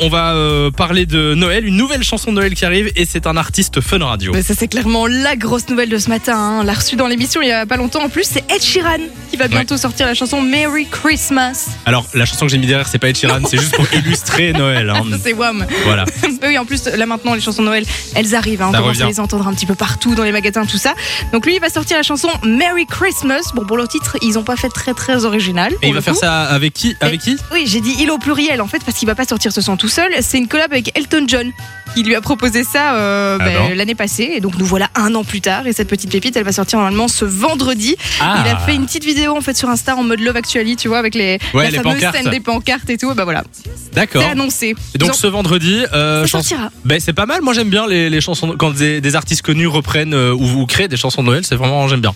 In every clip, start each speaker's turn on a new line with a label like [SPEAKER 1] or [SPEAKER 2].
[SPEAKER 1] On va euh, parler de Noël, une nouvelle chanson de Noël qui arrive et c'est un artiste fun radio.
[SPEAKER 2] Mais Ben, ça, c'est clairement la grosse nouvelle de ce matin. hein. On l'a reçue dans l'émission il y a pas longtemps. En plus, c'est Ed Sheeran qui va bientôt sortir la chanson Merry Christmas.
[SPEAKER 1] Alors la chanson que j'ai mis derrière c'est pas Ed Sheeran, c'est juste pour illustrer Noël. hein.
[SPEAKER 2] Ça, c'est wham. Bah
[SPEAKER 1] Voilà.
[SPEAKER 2] oui, en plus, là maintenant, les chansons de Noël, elles arrivent. hein. On
[SPEAKER 1] Ça
[SPEAKER 2] commence à
[SPEAKER 1] revient.
[SPEAKER 2] les entendre un petit peu partout dans les magasins, tout ça. Donc lui, il va sortir la chanson Merry Christmas. Bon, pour le titre, ils ont pas fait très très original.
[SPEAKER 1] Et
[SPEAKER 2] pour
[SPEAKER 1] il va
[SPEAKER 2] le
[SPEAKER 1] faire
[SPEAKER 2] coup.
[SPEAKER 1] ça avec qui Avec qui
[SPEAKER 2] Oui, j'ai dit il au pluriel en fait parce qu'il va pas sortir ce son tout seul. C'est une collab avec Elton John. Il lui a proposé ça euh,
[SPEAKER 1] Ah
[SPEAKER 2] ben,
[SPEAKER 1] bon
[SPEAKER 2] l'année passée et donc nous voilà un an plus tard et cette petite pépite elle va sortir normalement ce vendredi.
[SPEAKER 1] Ah.
[SPEAKER 2] Il a fait une petite vidéo en fait sur Insta en mode Love Actually, tu vois, avec les,
[SPEAKER 1] Ouais,
[SPEAKER 2] la
[SPEAKER 1] les
[SPEAKER 2] fameuse
[SPEAKER 1] pancartes.
[SPEAKER 2] scène des pancartes et tout. Bah voilà, c'est
[SPEAKER 1] D'accord.
[SPEAKER 2] annoncé.
[SPEAKER 1] Et donc
[SPEAKER 2] Ils ont-
[SPEAKER 1] ce vendredi, euh,
[SPEAKER 2] ça
[SPEAKER 1] chanson-
[SPEAKER 2] sortira.
[SPEAKER 1] ben, c'est pas mal. Moi j'aime bien les, les chansons quand des, des artistes connus reprennent euh, ou, ou créent des chansons de Noël. C'est vraiment j'aime bien.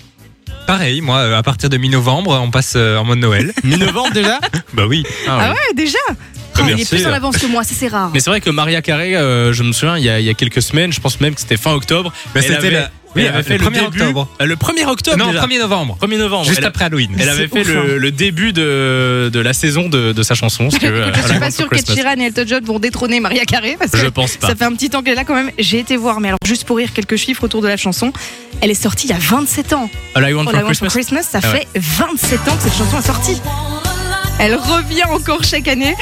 [SPEAKER 3] Pareil, moi, euh, à partir de mi-novembre, on passe euh, en mode Noël.
[SPEAKER 1] Mi-novembre déjà
[SPEAKER 3] bah oui.
[SPEAKER 2] Ah ouais, déjà
[SPEAKER 1] Bah,
[SPEAKER 2] Oh, Il est
[SPEAKER 1] merci.
[SPEAKER 2] plus en avance que moi, ça c'est rare.
[SPEAKER 1] Mais c'est vrai que Maria Carré, euh, je me souviens, il y, a, il y a quelques semaines, je pense même que c'était fin octobre.
[SPEAKER 3] Bah,
[SPEAKER 1] elle
[SPEAKER 3] c'était
[SPEAKER 1] avait-
[SPEAKER 3] la- oui,
[SPEAKER 1] elle avait
[SPEAKER 3] le
[SPEAKER 1] fait le,
[SPEAKER 3] 1er
[SPEAKER 1] début-
[SPEAKER 3] octobre.
[SPEAKER 1] Euh, Le 1er octobre
[SPEAKER 3] non,
[SPEAKER 1] déjà.
[SPEAKER 3] 1er novembre.
[SPEAKER 1] 1er novembre.
[SPEAKER 3] Juste
[SPEAKER 1] Elle a-
[SPEAKER 3] après Halloween.
[SPEAKER 1] Elle avait
[SPEAKER 2] C'est
[SPEAKER 1] fait
[SPEAKER 2] ouf, hein.
[SPEAKER 1] le, le début de, de la saison de, de sa chanson. euh, si tu veux,
[SPEAKER 2] Je suis
[SPEAKER 1] Halloween
[SPEAKER 2] pas
[SPEAKER 1] for
[SPEAKER 2] sûre qu'Ed
[SPEAKER 1] Christmas.
[SPEAKER 2] Sheeran et Elton John vont détrôner Maria Carré parce que
[SPEAKER 1] Je pense pas.
[SPEAKER 2] Ça fait un petit temps qu'elle est là quand même. J'ai été voir, mais alors juste pour rire quelques chiffres autour de la chanson, elle est sortie il y a 27 ans.
[SPEAKER 1] All I Want
[SPEAKER 2] Oh,
[SPEAKER 1] for
[SPEAKER 2] la One for
[SPEAKER 1] Christmas.
[SPEAKER 2] Christmas, ça
[SPEAKER 1] Ah
[SPEAKER 2] fait 27 ans que cette chanson est sortie. Elle revient encore chaque année.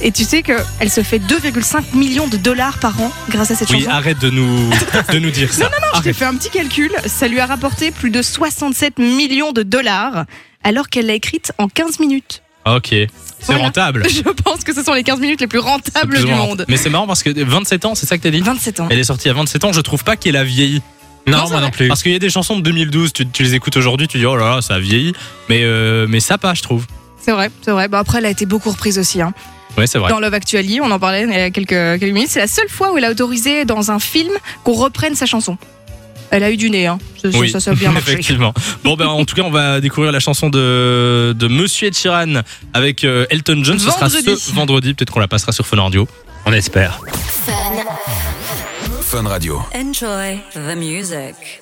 [SPEAKER 2] Et tu sais qu'elle se fait 2,5 millions de dollars par an grâce à cette
[SPEAKER 1] Oui,
[SPEAKER 2] chanson.
[SPEAKER 1] arrête de nous, de nous dire ça.
[SPEAKER 2] Je t'ai
[SPEAKER 1] Arrête.
[SPEAKER 2] fait un petit calcul. Ça lui a rapporté plus de 67 millions de dollars alors qu'elle l'a écrite en 15 minutes.
[SPEAKER 1] Ok, c'est
[SPEAKER 2] Voilà.
[SPEAKER 1] rentable.
[SPEAKER 2] Je pense que ce sont les 15 minutes les plus
[SPEAKER 1] C'est
[SPEAKER 2] rentables
[SPEAKER 1] plus ou
[SPEAKER 2] du
[SPEAKER 1] moins
[SPEAKER 2] monde.
[SPEAKER 1] rentable. Mais c'est marrant parce que 27 ans, c'est ça que t'as dit
[SPEAKER 2] 27 ans.
[SPEAKER 1] Elle est sortie à 27 ans, je trouve pas qu'elle a vieilli.
[SPEAKER 3] Non,
[SPEAKER 2] Non, c'est
[SPEAKER 3] moi
[SPEAKER 2] vrai.
[SPEAKER 3] non plus.
[SPEAKER 1] Parce qu'il y a des chansons de 2012, tu, tu les écoutes aujourd'hui, tu dis oh là là, ça a vieilli. Mais, euh, mais ça pas, je trouve.
[SPEAKER 2] C'est vrai, c'est vrai. Bah, après, elle a été beaucoup reprise aussi. hein.
[SPEAKER 1] Ouais, c'est vrai.
[SPEAKER 2] dans Love Actually, on en parlait il y a quelques, quelques minutes. C'est la seule fois où elle a autorisé dans un film qu'on reprenne sa chanson. Elle a eu du nez, hein. Ça, ça-
[SPEAKER 1] Oui.
[SPEAKER 2] ça, ça a bien marché.
[SPEAKER 1] Effectivement. Bon, ben, en tout cas, on va découvrir la chanson de, de Monsieur Ed Sheeran avec euh, Elton John. Ce sera
[SPEAKER 2] Vendredi.
[SPEAKER 1] ce vendredi. Peut-être qu'on la passera sur Fun Radio.
[SPEAKER 3] On espère.
[SPEAKER 4] Enjoy the music.